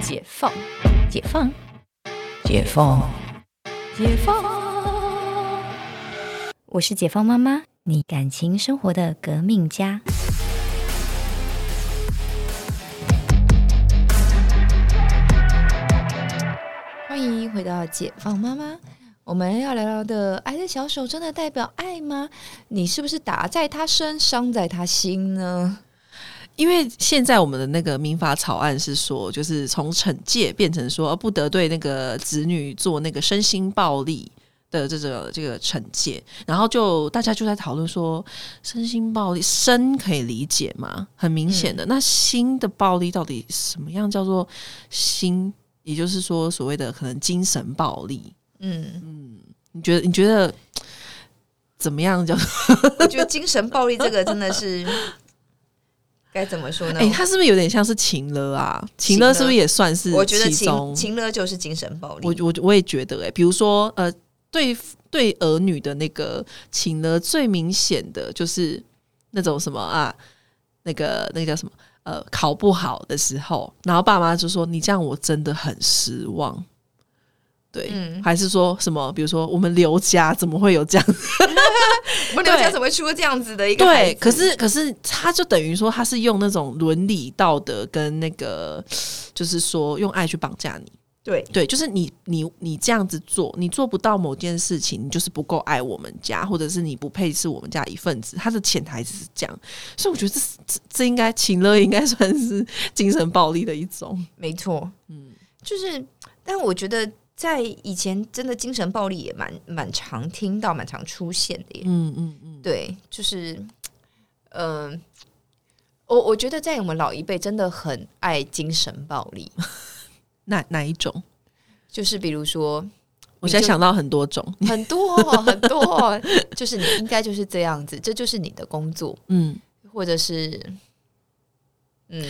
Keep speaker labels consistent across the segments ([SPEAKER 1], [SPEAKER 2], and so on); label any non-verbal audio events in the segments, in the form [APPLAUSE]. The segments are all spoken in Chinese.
[SPEAKER 1] 解放，解放，解放，解放。
[SPEAKER 2] 我是解放妈妈，你感情生活的革命家。
[SPEAKER 1] 欢迎回到解放妈妈。我们要聊聊的，爱的小手真的代表爱吗？你是不是打在他身，伤在他心呢？
[SPEAKER 3] 因为现在我们的那个民法草案是说，就是从惩戒变成说呃不得对那个子女做那个身心暴力的这个这个惩戒，然后就大家就在讨论说，身心暴力身可以理解吗？很明显
[SPEAKER 1] 嗯
[SPEAKER 3] 的，那心的暴力到底什么样叫做心？也就是说，所谓的可能精神暴力，
[SPEAKER 1] 嗯，
[SPEAKER 3] 嗯，你觉得你觉得怎么
[SPEAKER 1] [LAUGHS]
[SPEAKER 3] 样叫做？
[SPEAKER 1] 我觉得精神暴力这个真的是该怎么说呢？
[SPEAKER 3] 哎、他是不是有点像是情勒啊？情
[SPEAKER 1] 情勒
[SPEAKER 3] 勒是不是也算是
[SPEAKER 1] 我觉得
[SPEAKER 3] 其
[SPEAKER 1] 情
[SPEAKER 3] 中？
[SPEAKER 1] 情勒就是精神暴力。
[SPEAKER 3] 我我我也觉得、欸，比如说，呃，对对儿女的那个情呢，最明显的就是那种什么啊，那个那个叫什么，呃，考不好的时候，然后爸妈就说：“你这样我真的很失望。”对，
[SPEAKER 1] 嗯
[SPEAKER 3] 还是说什么？比如说，我们刘家怎么会有这样？
[SPEAKER 1] 我们刘家
[SPEAKER 3] 对
[SPEAKER 1] 怎么会出这样子的一个孩
[SPEAKER 3] 对，
[SPEAKER 1] 子
[SPEAKER 3] 可是可是，他就等于说，他是用那种伦理道德跟那个，就是说用爱去绑架你。
[SPEAKER 1] 对
[SPEAKER 3] 对，就是你你你这样子做，你做不到某件事情，你就是不够爱我们家，或者是你不配是我们家一份子。他的潜台词是这样，所以我觉得这这这应该情勒应该算是精神暴力的一种。
[SPEAKER 1] 没错，
[SPEAKER 3] 嗯，
[SPEAKER 1] 就是，但我觉得在以前真的精神暴力也蛮蛮常听到，蛮常出现的耶。
[SPEAKER 3] 嗯嗯嗯，
[SPEAKER 1] 对，就是，嗯、呃，我我觉得在我们老一辈真的很爱精神暴力，
[SPEAKER 3] 哪哪一种？
[SPEAKER 1] 就是比如说
[SPEAKER 3] 我现在想到很多种。
[SPEAKER 1] 很多哦、很多哦、就是你应该就是这样子，这就是你的工作，
[SPEAKER 3] 嗯，
[SPEAKER 1] 或者是，嗯，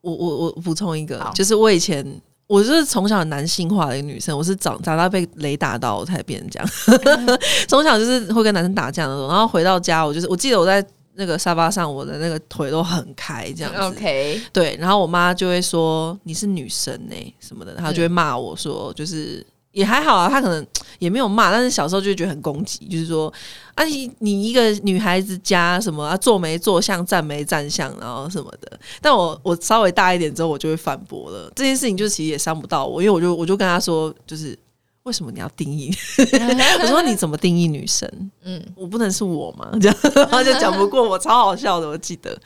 [SPEAKER 3] 我我我补充一个
[SPEAKER 1] 好，
[SPEAKER 3] 就是我以前。我就是从小很男性化的一个女生，我是长长大被雷打到我才变成这样。
[SPEAKER 1] 嗯
[SPEAKER 3] [LAUGHS] 从小就是会跟男生打架那种，然后回到家，我就是我记得我在那个沙发上，我的那个腿都很开这样子。
[SPEAKER 1] OK，
[SPEAKER 3] 对，然后我妈就会说你是女生呢、什么的，她就会骂我说，就是也还好啊，她可能也没有骂，但是小时候就觉得很攻击，就是说啊你你一个女孩子家什么啊坐没坐相，站没站相，然后什么的。但我我稍微大一点之后，我就会反驳了，这件事情就其实也伤不到我，因为我就我就跟她说，就是为什么你要定义？ [LAUGHS] 我说你怎么定义女生？
[SPEAKER 1] 嗯，
[SPEAKER 3] 我不能是我嘛， [LAUGHS] 这样，然后就讲不过我，超好笑的，我记得。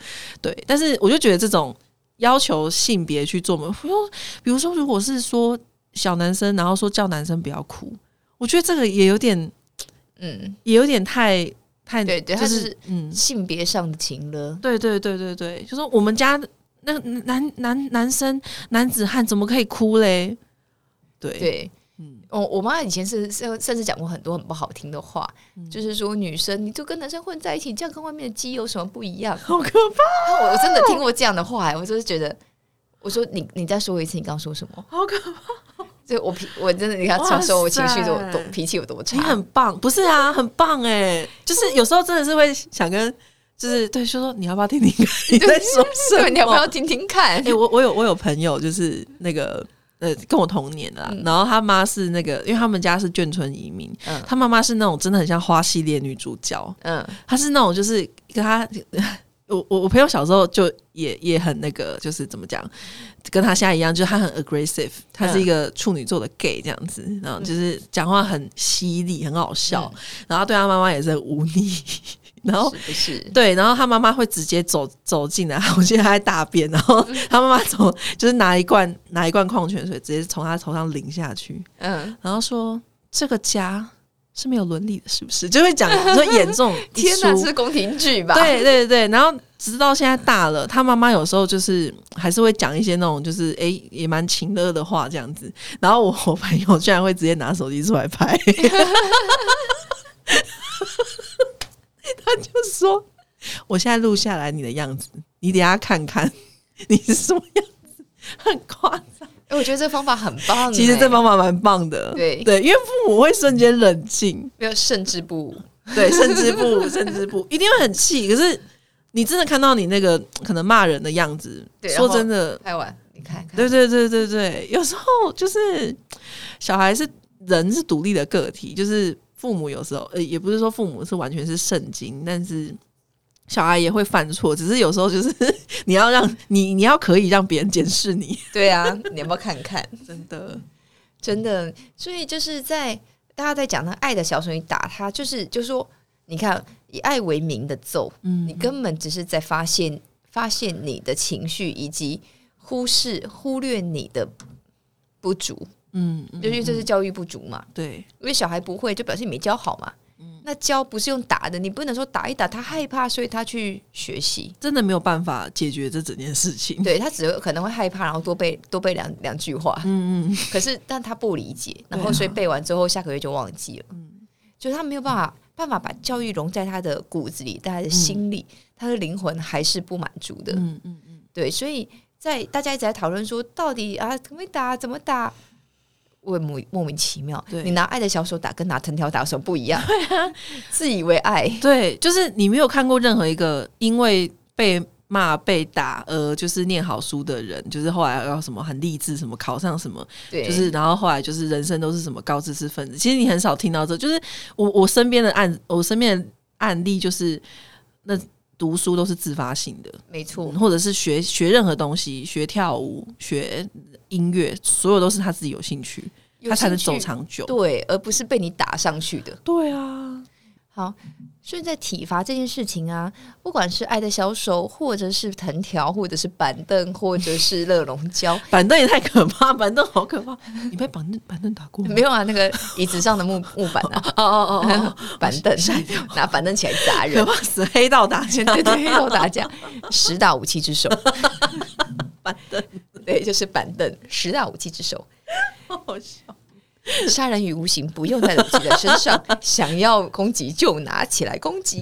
[SPEAKER 3] 对，但是我就觉得这种要求性别去做嘛，比如说，比如说，如果是说小男生，然后说叫男生不要哭，我觉得这个也有点，
[SPEAKER 1] 嗯，
[SPEAKER 3] 也有点太太，
[SPEAKER 1] 对对，
[SPEAKER 3] 就
[SPEAKER 1] 他就是是
[SPEAKER 3] 嗯，
[SPEAKER 1] 性别上的情了。
[SPEAKER 3] 对对对对对，就说我们家那男男男生男子汉怎么可以哭嘞？对，
[SPEAKER 1] 对，
[SPEAKER 3] 嗯
[SPEAKER 1] 我我妈以前是甚甚至讲过很多很不好听的话，
[SPEAKER 3] 嗯
[SPEAKER 1] 就是说女生你就跟男生混在一起，这样跟外面的鸡有什么不一样？
[SPEAKER 3] 好可怕，哦
[SPEAKER 1] 我我真的听过这样的话、我就是觉得，我说你你再说一次，你刚刚说什么？
[SPEAKER 3] 好可怕。哦
[SPEAKER 1] 就我脾我真的你看承受我情绪有多多脾气有多
[SPEAKER 3] 你
[SPEAKER 1] 差
[SPEAKER 3] 很，棒，不是啊，很棒哎、就是有时候真的是会想跟，就是对，就说你要不要听听看你在说什么？
[SPEAKER 1] 对，你要不要听听看？
[SPEAKER 3] 哎、我我有我有朋友就是那个呃跟我同年的啦，
[SPEAKER 1] 嗯
[SPEAKER 3] 然后他妈是那个，因为他们家是眷村移民，
[SPEAKER 1] 嗯
[SPEAKER 3] 他妈妈是那种真的很像花系列女主角，
[SPEAKER 1] 嗯
[SPEAKER 3] 她是那种就是跟她。 [LAUGHS] 我我我朋友小时候就也也很那个，就是怎么讲，跟她现在一样，就是她很 aggressive，她是一个处女座的 gay 这样子，然后就是讲话很犀利，很好笑，然后她对她妈妈也是很无
[SPEAKER 1] [LAUGHS]
[SPEAKER 3] 力，然后
[SPEAKER 1] 嗯是不是？
[SPEAKER 3] 对，然后他妈妈会直接走走进来，我记得他在大便，然后
[SPEAKER 1] 嗯
[SPEAKER 3] 他妈妈从就是拿一罐拿一罐矿泉水，直接从他头上淋下去，
[SPEAKER 1] 嗯，
[SPEAKER 3] 然后说这个家是没有伦理的，是不是？就会讲就会演这种
[SPEAKER 1] [LAUGHS]
[SPEAKER 3] 一
[SPEAKER 1] 天哪，
[SPEAKER 3] 出
[SPEAKER 1] 这是宫廷剧吧？
[SPEAKER 3] 对对对，然后直到现在大了，他妈妈有时候就是还是会讲一些那种就是诶也蛮情乐的话这样子，然后我我朋友居然会直接拿手机出来拍， [LAUGHS] 他就说我现在录下来你的样子，你等一下看看你是什么样子，很夸张。
[SPEAKER 1] 哎，我觉得这方法很棒欸。
[SPEAKER 3] 其实这方法蛮棒的，
[SPEAKER 1] 对
[SPEAKER 3] 对，因为父母会瞬间冷静，
[SPEAKER 1] 没有甚至不
[SPEAKER 3] 对，甚至
[SPEAKER 1] [LAUGHS]
[SPEAKER 3] 不，甚至不，一定会很气。可是你真的看到你那个可能骂人的样子，
[SPEAKER 1] 对
[SPEAKER 3] 说
[SPEAKER 1] 然后
[SPEAKER 3] 真的，
[SPEAKER 1] 拍完你看看，
[SPEAKER 3] 对对对对对，有时候就是小孩是人是独立的个体，就是父母有时候呃也不是说父母是完全是圣经，但是小孩也会犯错，只是有时候就是 [LAUGHS] 你要让你你要可以让别人检视你，
[SPEAKER 1] [LAUGHS] 对啊，你要不要看看？
[SPEAKER 3] 真的
[SPEAKER 1] 真的，所以就是在大家在讲那爱的小手，你打他，就是就是说，你看以爱为名的揍，
[SPEAKER 3] 嗯
[SPEAKER 1] 你根本只是在发现发现你的情绪，以及忽视忽略你的不足，
[SPEAKER 3] 嗯，嗯
[SPEAKER 1] 因为这是教育不足嘛。
[SPEAKER 3] 对
[SPEAKER 1] 因为小孩不会，就表示你没教好嘛。那教不是用打的，你不能说打一打他害怕，所以他去学习。
[SPEAKER 3] 真的没有办法解决这整件事情，
[SPEAKER 1] 对他只会可能会害怕，然后多背多背两两句话。
[SPEAKER 3] 嗯嗯
[SPEAKER 1] 可是但他不理解，然后
[SPEAKER 3] 对啊嗯
[SPEAKER 1] 所以背完之后下个月就忘记了，就是他没有办法办法把教育融在他的骨子里，在他的心里，他的灵魂还是不满足的，
[SPEAKER 3] 嗯嗯嗯，
[SPEAKER 1] 对，所以在大家一直在讨论说到底啊怎么打怎么打。我也莫莫名其妙，
[SPEAKER 3] 对
[SPEAKER 1] 你拿爱的小手打跟拿藤条打有什么不
[SPEAKER 3] [LAUGHS]
[SPEAKER 1] 一样？自以为爱，
[SPEAKER 3] 对，就是你没有看过任何一个因为被骂被打而就是念好书的人，就是后来要什么很励志，什么考上什么。
[SPEAKER 1] 对，
[SPEAKER 3] 就是然后后来就是人生都是什么高知识分子，其实你很少听到这，就是我我身边的案，我身边的案例就是那读书都是自发性的，
[SPEAKER 1] 没错，
[SPEAKER 3] 或者是学学任何东西，学跳舞、学音乐，所有都是他自己有兴趣，
[SPEAKER 1] 有
[SPEAKER 3] 他才能
[SPEAKER 1] 兴
[SPEAKER 3] 走
[SPEAKER 1] 趣
[SPEAKER 3] 长久。
[SPEAKER 1] 对，而不是被你打上去的。
[SPEAKER 3] 对啊，
[SPEAKER 1] 好，所以在体罚这件事情啊，不管是爱的小手，或者是藤条，或者是板凳，或者是热熔胶，
[SPEAKER 3] 板凳也太可怕，板凳好可怕。你被板凳板凳打过吗？
[SPEAKER 1] 没有啊，那个椅子上的木木板啊，
[SPEAKER 3] 哦哦哦哦，
[SPEAKER 1] [LAUGHS] 板凳，拿板凳起来砸
[SPEAKER 3] 可
[SPEAKER 1] 人，
[SPEAKER 3] 怕死了！黑道打架，
[SPEAKER 1] [LAUGHS] 对对，对，要打架，十大武器之首，
[SPEAKER 3] [LAUGHS] 板凳
[SPEAKER 1] 对，就是板凳，十大武器之首。
[SPEAKER 3] 好 [LAUGHS] 好笑。
[SPEAKER 1] [LAUGHS] 杀人于无形，不用在自己的身上。想要攻击就拿起来攻
[SPEAKER 3] [LAUGHS]
[SPEAKER 1] 击，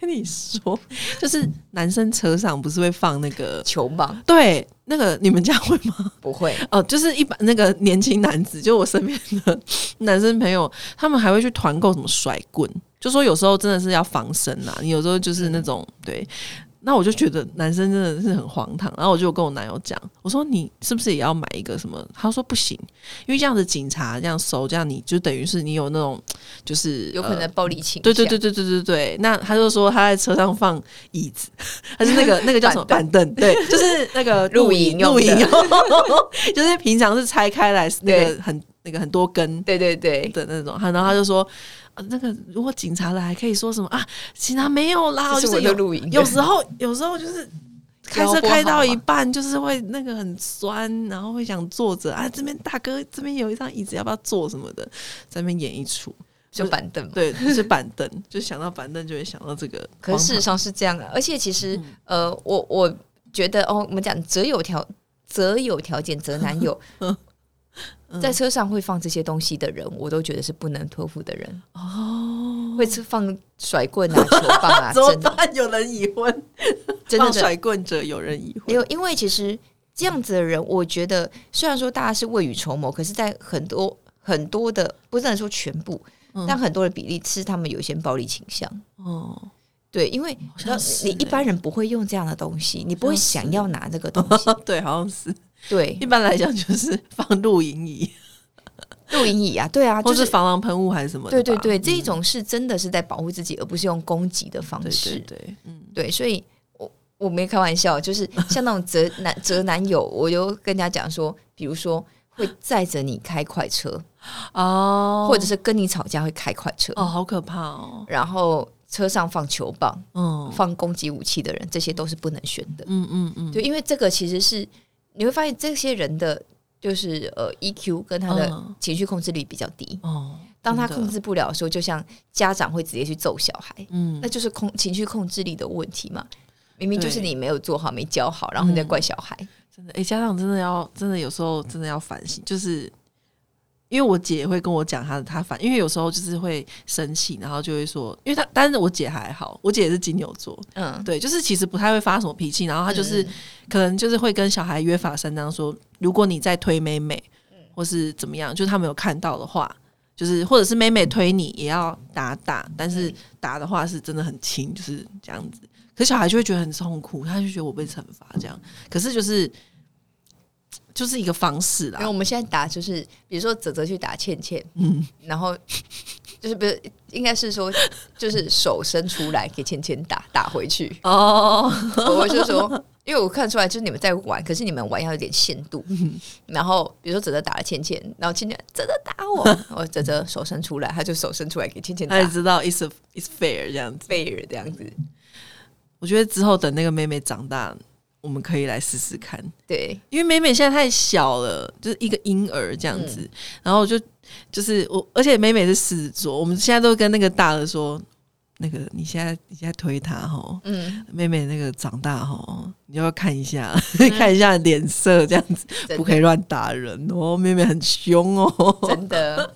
[SPEAKER 3] 跟你说，就是男生车上不是会放那个
[SPEAKER 1] 球棒
[SPEAKER 3] 对，那个你们家会吗？
[SPEAKER 1] 不会，
[SPEAKER 3] 哦，就是一般那个年轻男子，就我身边的 [LAUGHS] 男生朋友，他们还会去团购什么甩棍，就说有时候真的是要防身啦。你有时候就是那
[SPEAKER 1] 嗯
[SPEAKER 3] 种、对，那我就觉得男生真的是很荒唐。然后我就跟我男友讲，我说你是不是也要买一个什么？他说不行，因为这样子警察这样搜，这样你就等于是你有那种就是呃
[SPEAKER 1] 有可能暴力倾向。
[SPEAKER 3] 对对对对对对对，那他就说他在车上放椅子， [LAUGHS] 还是那个那个叫什么板凳？对，就是那个
[SPEAKER 1] 露营用
[SPEAKER 3] 露
[SPEAKER 1] 的
[SPEAKER 3] 营用， [LAUGHS] 就是平常是拆开来那个很那个很多根
[SPEAKER 1] 对对对，
[SPEAKER 3] 的那种。他然后他就说，呃那个如果警察来，还可以说什么啊？警察没有啦，
[SPEAKER 1] 这
[SPEAKER 3] 就是
[SPEAKER 1] 我
[SPEAKER 3] 是
[SPEAKER 1] 的
[SPEAKER 3] 有
[SPEAKER 1] 露营的，
[SPEAKER 3] 有时候有时候就是。开车
[SPEAKER 1] 腰不
[SPEAKER 3] 开
[SPEAKER 1] 好
[SPEAKER 3] 到一
[SPEAKER 1] 嘛
[SPEAKER 3] 半，就是会那个很酸，然后会想坐着啊，这边大哥这边有一张椅子，要不要坐什么的，在那边演一出。
[SPEAKER 1] 就板凳嘛。
[SPEAKER 3] 对，是板凳， [LAUGHS] 就想到板凳就会想到这个荒唐。
[SPEAKER 1] 可是事实上是这样的，而且其实、
[SPEAKER 3] 嗯
[SPEAKER 1] 呃，我我觉得哦，我们讲择友条择友条件择男
[SPEAKER 3] [LAUGHS]
[SPEAKER 1] 友
[SPEAKER 3] 嗯，
[SPEAKER 1] 在车上会放这些东西的人，我都觉得是不能托付的人，
[SPEAKER 3] 哦，
[SPEAKER 1] 会吃放甩棍啊、球棒啊，
[SPEAKER 3] [LAUGHS] 怎么
[SPEAKER 1] 真的
[SPEAKER 3] 办？有人已婚，
[SPEAKER 1] 真的真的
[SPEAKER 3] 放甩棍者有人已
[SPEAKER 1] 没有
[SPEAKER 3] 婚，，
[SPEAKER 1] 因为其实这样子的人，我觉得虽然说大家是未雨绸缪，可是，在很多很多的不能说全部，
[SPEAKER 3] 嗯
[SPEAKER 1] 但很多的比例是他们有一些暴力倾向。
[SPEAKER 3] 哦，
[SPEAKER 1] 对，因为
[SPEAKER 3] 好像是
[SPEAKER 1] 你一
[SPEAKER 3] 欸
[SPEAKER 1] 般人不会用这样的东西，你不会
[SPEAKER 3] 好像
[SPEAKER 1] 想
[SPEAKER 3] 是
[SPEAKER 1] 要拿这个东
[SPEAKER 3] [LAUGHS]
[SPEAKER 1] 西。
[SPEAKER 3] 哦对，好像是。
[SPEAKER 1] 对
[SPEAKER 3] 一，般来讲就是放露营椅，
[SPEAKER 1] 露营椅啊，对啊，
[SPEAKER 3] 或
[SPEAKER 1] 就是是
[SPEAKER 3] 防狼喷雾还是什么的
[SPEAKER 1] 对
[SPEAKER 3] 吧。
[SPEAKER 1] 对对，
[SPEAKER 3] 嗯
[SPEAKER 1] 这一种是真的是在保护自己，而不是用攻击的方
[SPEAKER 3] 对
[SPEAKER 1] 式。
[SPEAKER 3] 对对，嗯，
[SPEAKER 1] 对所以我我没开玩笑，就是像那种折男 [LAUGHS] 折男友，我就跟人家讲说，比如说会载着你开快车，
[SPEAKER 3] 哦，
[SPEAKER 1] 或者是跟你吵架会开快车，
[SPEAKER 3] 哦，好可怕哦，
[SPEAKER 1] 然后车上放球棒、
[SPEAKER 3] 嗯
[SPEAKER 1] 放攻击武器的人，这些都是不能选的。
[SPEAKER 3] 嗯嗯嗯，
[SPEAKER 1] 对，因为这个其实是你会发现这些人的就是呃 EQ 跟他的
[SPEAKER 3] 嗯
[SPEAKER 1] 情绪控制力比较低。
[SPEAKER 3] 哦，
[SPEAKER 1] 当他
[SPEAKER 3] 真的
[SPEAKER 1] 控制不了的时候，就像家长会直接去揍小孩，
[SPEAKER 3] 嗯
[SPEAKER 1] 那就是控情绪控制力的问题嘛。明明就是
[SPEAKER 3] 对
[SPEAKER 1] 你没有做好、没教好，然后你在怪小孩。
[SPEAKER 3] 真的，哎、家长真的要，真的有时候真的要反省，就是因为我姐也会跟我讲她的她反，因为有时候就是会生气，然后就会说，因为她，但是我姐还好，我姐也是金牛座，
[SPEAKER 1] 嗯，
[SPEAKER 3] 对，就是其实不太会发什么脾气，然后她就是、
[SPEAKER 1] 嗯
[SPEAKER 3] 可能就是会跟小孩约法三章说，如果你在推妹妹，
[SPEAKER 1] 嗯
[SPEAKER 3] 或是怎么样，就是他们有看到的话。就是，或者是妹妹推你也要打打，但是
[SPEAKER 1] 嗯
[SPEAKER 3] 打的话是真的很轻，就是这样子。可是小孩就会觉得很痛苦，他就觉得我被惩罚这样。可是就是就是一个方式
[SPEAKER 1] 因为
[SPEAKER 3] 啦
[SPEAKER 1] 我。们现在打就是，比如说泽泽去打倩倩，
[SPEAKER 3] 嗯，
[SPEAKER 1] 然后就是不是应该是说，就是手伸出来给芊芊打打回去。
[SPEAKER 3] 哦，
[SPEAKER 1] [LAUGHS] 我就说，因为我看出来就是你们在玩，可是你们玩要有点限度。然后比如说泽泽打了芊芊，然后芊芊泽泽打我， [LAUGHS] 我泽泽手伸出来，他就手伸出来给芊芊打
[SPEAKER 3] 他也知道 it's a, it's fair 这样子。
[SPEAKER 1] 贝尔这样子。
[SPEAKER 3] 我觉得之后等那个妹妹长大，我们可以来试试看，
[SPEAKER 1] 对，
[SPEAKER 3] 因为妹妹现在太小了，就是一个婴儿这样
[SPEAKER 1] 嗯
[SPEAKER 3] 子。然后就就是我，而且妹妹是狮子座，我们现在都跟那个大的说，那个你现在你现在推她吼，
[SPEAKER 1] 嗯，
[SPEAKER 3] 妹妹那个长大吼，你要看一下、看一下脸色这样子，
[SPEAKER 1] 嗯真
[SPEAKER 3] 不可以乱打人哦，妹妹很凶哦。
[SPEAKER 1] 真的。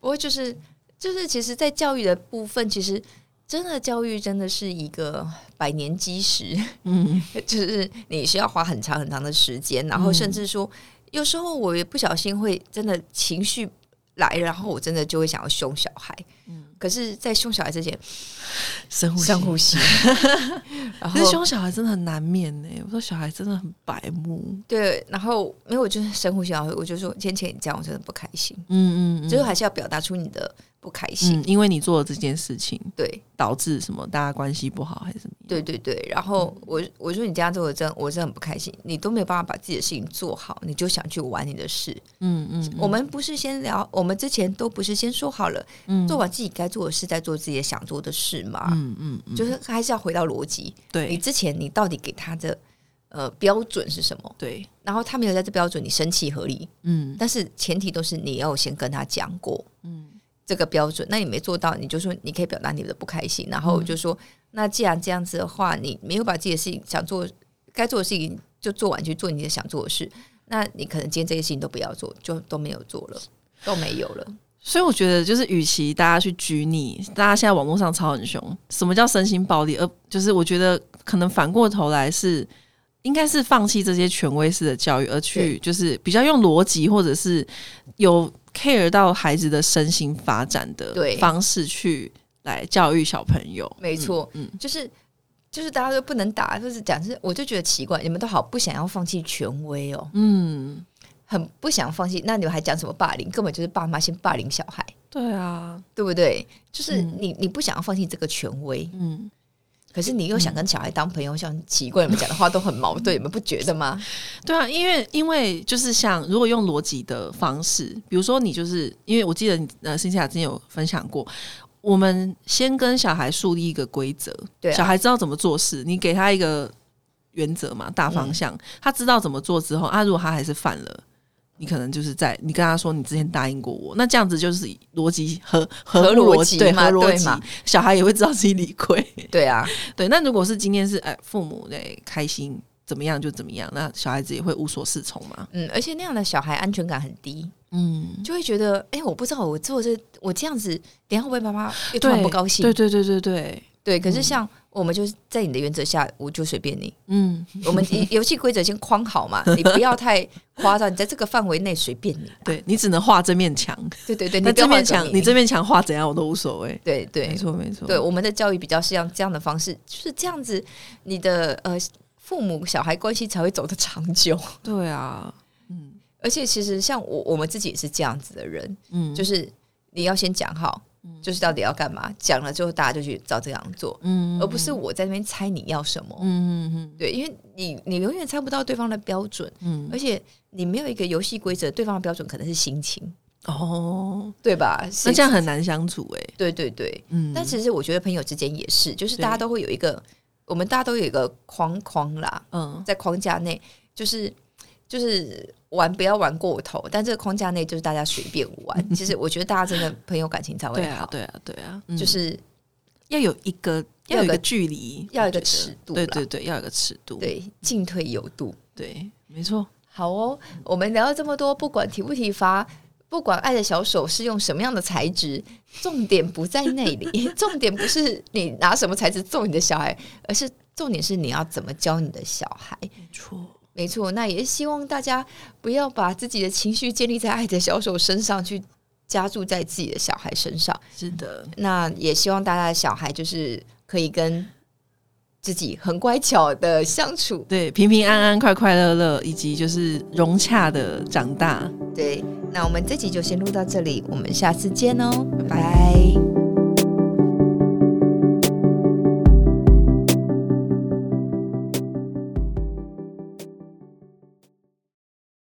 [SPEAKER 1] 不过就是就是，其实，在教育的部分，其实真的教育真的是一个百年基石，
[SPEAKER 3] 嗯，
[SPEAKER 1] [LAUGHS] 就是你需要花很长很长的时间，然后甚至说，有时候我也不小心会真的情绪来，然后我真的就会想要凶小孩。
[SPEAKER 3] 嗯
[SPEAKER 1] 可是，在凶小孩之前，
[SPEAKER 3] 深呼吸，
[SPEAKER 1] 深呼吸，
[SPEAKER 3] [LAUGHS]
[SPEAKER 1] 然
[SPEAKER 3] 可是
[SPEAKER 1] 后
[SPEAKER 3] 凶小孩真的很难免呢、我说小孩真的很白目。
[SPEAKER 1] 对，然后没有，我就是深呼吸，然后我就说：“芊芊，你这样我真的不开心。
[SPEAKER 3] 嗯嗯
[SPEAKER 1] 最后还是要表达出你的不开心。
[SPEAKER 3] 嗯，因为你做了这件事情，
[SPEAKER 1] 对，
[SPEAKER 3] 导致什么大家关系不好还是什么？
[SPEAKER 1] 对对对，然后
[SPEAKER 3] 嗯
[SPEAKER 1] 我我说你这样做我真我真的很不开心，你都没有办法把自己的事情做好，你就想去玩你的事。
[SPEAKER 3] 嗯嗯，
[SPEAKER 1] 我们不是先聊，我们之前都不是先说好了，
[SPEAKER 3] 嗯
[SPEAKER 1] 做完自己该做的事，再做自己想做的事嘛？
[SPEAKER 3] 嗯嗯嗯，
[SPEAKER 1] 就是还是要回到逻辑，你
[SPEAKER 3] 对
[SPEAKER 1] 之前你到底给他的呃标准是什么？
[SPEAKER 3] 对，
[SPEAKER 1] 然后他没有在这标准，你生气合理，
[SPEAKER 3] 嗯
[SPEAKER 1] 但是前提都是你要先跟他讲过
[SPEAKER 3] 嗯
[SPEAKER 1] 这个标准，那你没做到，你就说你可以表达你的不开心，然后我就说，
[SPEAKER 3] 嗯
[SPEAKER 1] 那既然这样子的话，你没有把自己的事情想做该做的事情就做完去做你的想做的事，那你可能今天这些事情都不要做，就都没有做了，都没有了。
[SPEAKER 3] 所以我觉得，就是与其大家去拘泥，大家现在网络上吵很凶，什么叫身心暴力？而就是我觉得，可能反过头来是，应该是放弃这些权威式的教育，而去
[SPEAKER 1] 对
[SPEAKER 3] 就是比较用逻辑，或者是有 care 到孩子的身心发展的
[SPEAKER 1] 对
[SPEAKER 3] 方式去来教育小朋友。
[SPEAKER 1] 没错，
[SPEAKER 3] 嗯
[SPEAKER 1] 就是就是大家都不能打，就是讲是，我就觉得奇怪，你们都好不想要放弃权威哦，
[SPEAKER 3] 嗯，
[SPEAKER 1] 很不想放弃，那你们还讲什么霸凌？根本就是爸妈先霸凌小孩，
[SPEAKER 3] 对啊，
[SPEAKER 1] 对不对？就是
[SPEAKER 3] 嗯
[SPEAKER 1] 你你不想要放弃这个权威，
[SPEAKER 3] 嗯。
[SPEAKER 1] 可是你又想跟小孩当朋友，像奇怪，你们讲的话都很矛盾，你们不觉得吗？
[SPEAKER 3] 对啊，因为因为就是像如果用逻辑的方式，比如说你就是因为我记得你呃，辛西亚之前有分享过，我们先跟小孩树立一个规则，
[SPEAKER 1] 对啊
[SPEAKER 3] 小孩知道怎么做事，你给他一个原则嘛，大
[SPEAKER 1] 嗯
[SPEAKER 3] 方向，他知道怎么做之后，啊，如果他还是犯了。你可能就是在你跟他说你之前答应过我，那这样子就是逻辑合
[SPEAKER 1] 合逻
[SPEAKER 3] 逻
[SPEAKER 1] 辑
[SPEAKER 3] 对合
[SPEAKER 1] 嘛
[SPEAKER 3] 逻
[SPEAKER 1] 对
[SPEAKER 3] 辑
[SPEAKER 1] 嘛，
[SPEAKER 3] 小孩也会知道自己理亏。
[SPEAKER 1] 对啊，
[SPEAKER 3] 对，那如果是今天是哎父母哎开心怎么样就怎么样，那小孩子也会无所适从嘛。
[SPEAKER 1] 嗯，而且那样的小孩安全感很低，
[SPEAKER 3] 嗯，
[SPEAKER 1] 就会觉得，哎、我不知道我做这我这样子，等一下会不会爸妈又突然不高兴？
[SPEAKER 3] 对对对对对，
[SPEAKER 1] 对可是像我们就是在你的原则下，我就随便你。
[SPEAKER 3] 嗯，
[SPEAKER 1] 我们以游戏规则先框好嘛，你不要太夸张，你在这个范围内随便你。
[SPEAKER 3] 对你只能画这面墙， [LAUGHS]
[SPEAKER 1] 对对对，你
[SPEAKER 3] 那
[SPEAKER 1] 不要
[SPEAKER 3] 这面
[SPEAKER 1] 画
[SPEAKER 3] 墙
[SPEAKER 1] 给
[SPEAKER 3] 你这面墙画怎样我都无所谓。
[SPEAKER 1] 对对
[SPEAKER 3] 没错没错，
[SPEAKER 1] 对，我们的教育比较是像这样的方式，就是这样子，你的呃父母小孩关系才会走得长久。
[SPEAKER 3] 对啊，嗯
[SPEAKER 1] [LAUGHS] 而且其实像我我们自己也是这样子的人，
[SPEAKER 3] 嗯，
[SPEAKER 1] 就是是你要先讲好，就是到底要干嘛，讲了之后大家就去照这样做，
[SPEAKER 3] 嗯
[SPEAKER 1] 而不是我在那边猜你要什么。
[SPEAKER 3] 嗯嗯
[SPEAKER 1] 对，因为你你永远猜不到对方的标准，
[SPEAKER 3] 嗯嗯
[SPEAKER 1] 而且你没有一个游戏规则，对方的标准可能是心情，
[SPEAKER 3] 哦，
[SPEAKER 1] 对吧？是
[SPEAKER 3] 那这样很难相处哎。
[SPEAKER 1] 对对对。
[SPEAKER 3] 嗯，
[SPEAKER 1] 但其实我觉得朋友之间也是，就是大家
[SPEAKER 3] 对
[SPEAKER 1] 都会有一个，我们大家都有一个框框啦，
[SPEAKER 3] 嗯
[SPEAKER 1] 在框架内，就是就是玩不要玩过头，但这个框架内就是大家随便
[SPEAKER 3] [LAUGHS]
[SPEAKER 1] 玩。其实我觉得大家真的朋友感情才会
[SPEAKER 3] 对啊
[SPEAKER 1] 好，
[SPEAKER 3] 对啊对啊，
[SPEAKER 1] 就
[SPEAKER 3] 嗯
[SPEAKER 1] 是
[SPEAKER 3] 要有一个
[SPEAKER 1] 要有
[SPEAKER 3] 要有一个
[SPEAKER 1] 个
[SPEAKER 3] 距离，
[SPEAKER 1] 要有一个
[SPEAKER 3] 我觉得
[SPEAKER 1] 尺度
[SPEAKER 3] 对
[SPEAKER 1] 啦
[SPEAKER 3] 对对，要有一个尺度，
[SPEAKER 1] 对进退有度。
[SPEAKER 3] 对，没错。
[SPEAKER 1] 好哦，我们聊了这么多，不管体不体罚，不管爱的小手是用什么样的材质， [LAUGHS] 重点不在那里， [LAUGHS] 重点不是你拿什么材质揍你的小孩，而是重点是你要怎么教你的小孩。
[SPEAKER 3] 没错，
[SPEAKER 1] 没错，那也希望大家不要把自己的情绪建立在爱的小手身上，去加注在自己的小孩身上。
[SPEAKER 3] 是的，
[SPEAKER 1] 那也希望大家的小孩就是可以跟自己很乖巧的相处。
[SPEAKER 3] 对，平平安安、快快乐乐，以及就是融洽的长大。
[SPEAKER 1] 对，那我们这集就先录到这里，我们下次见哦，拜拜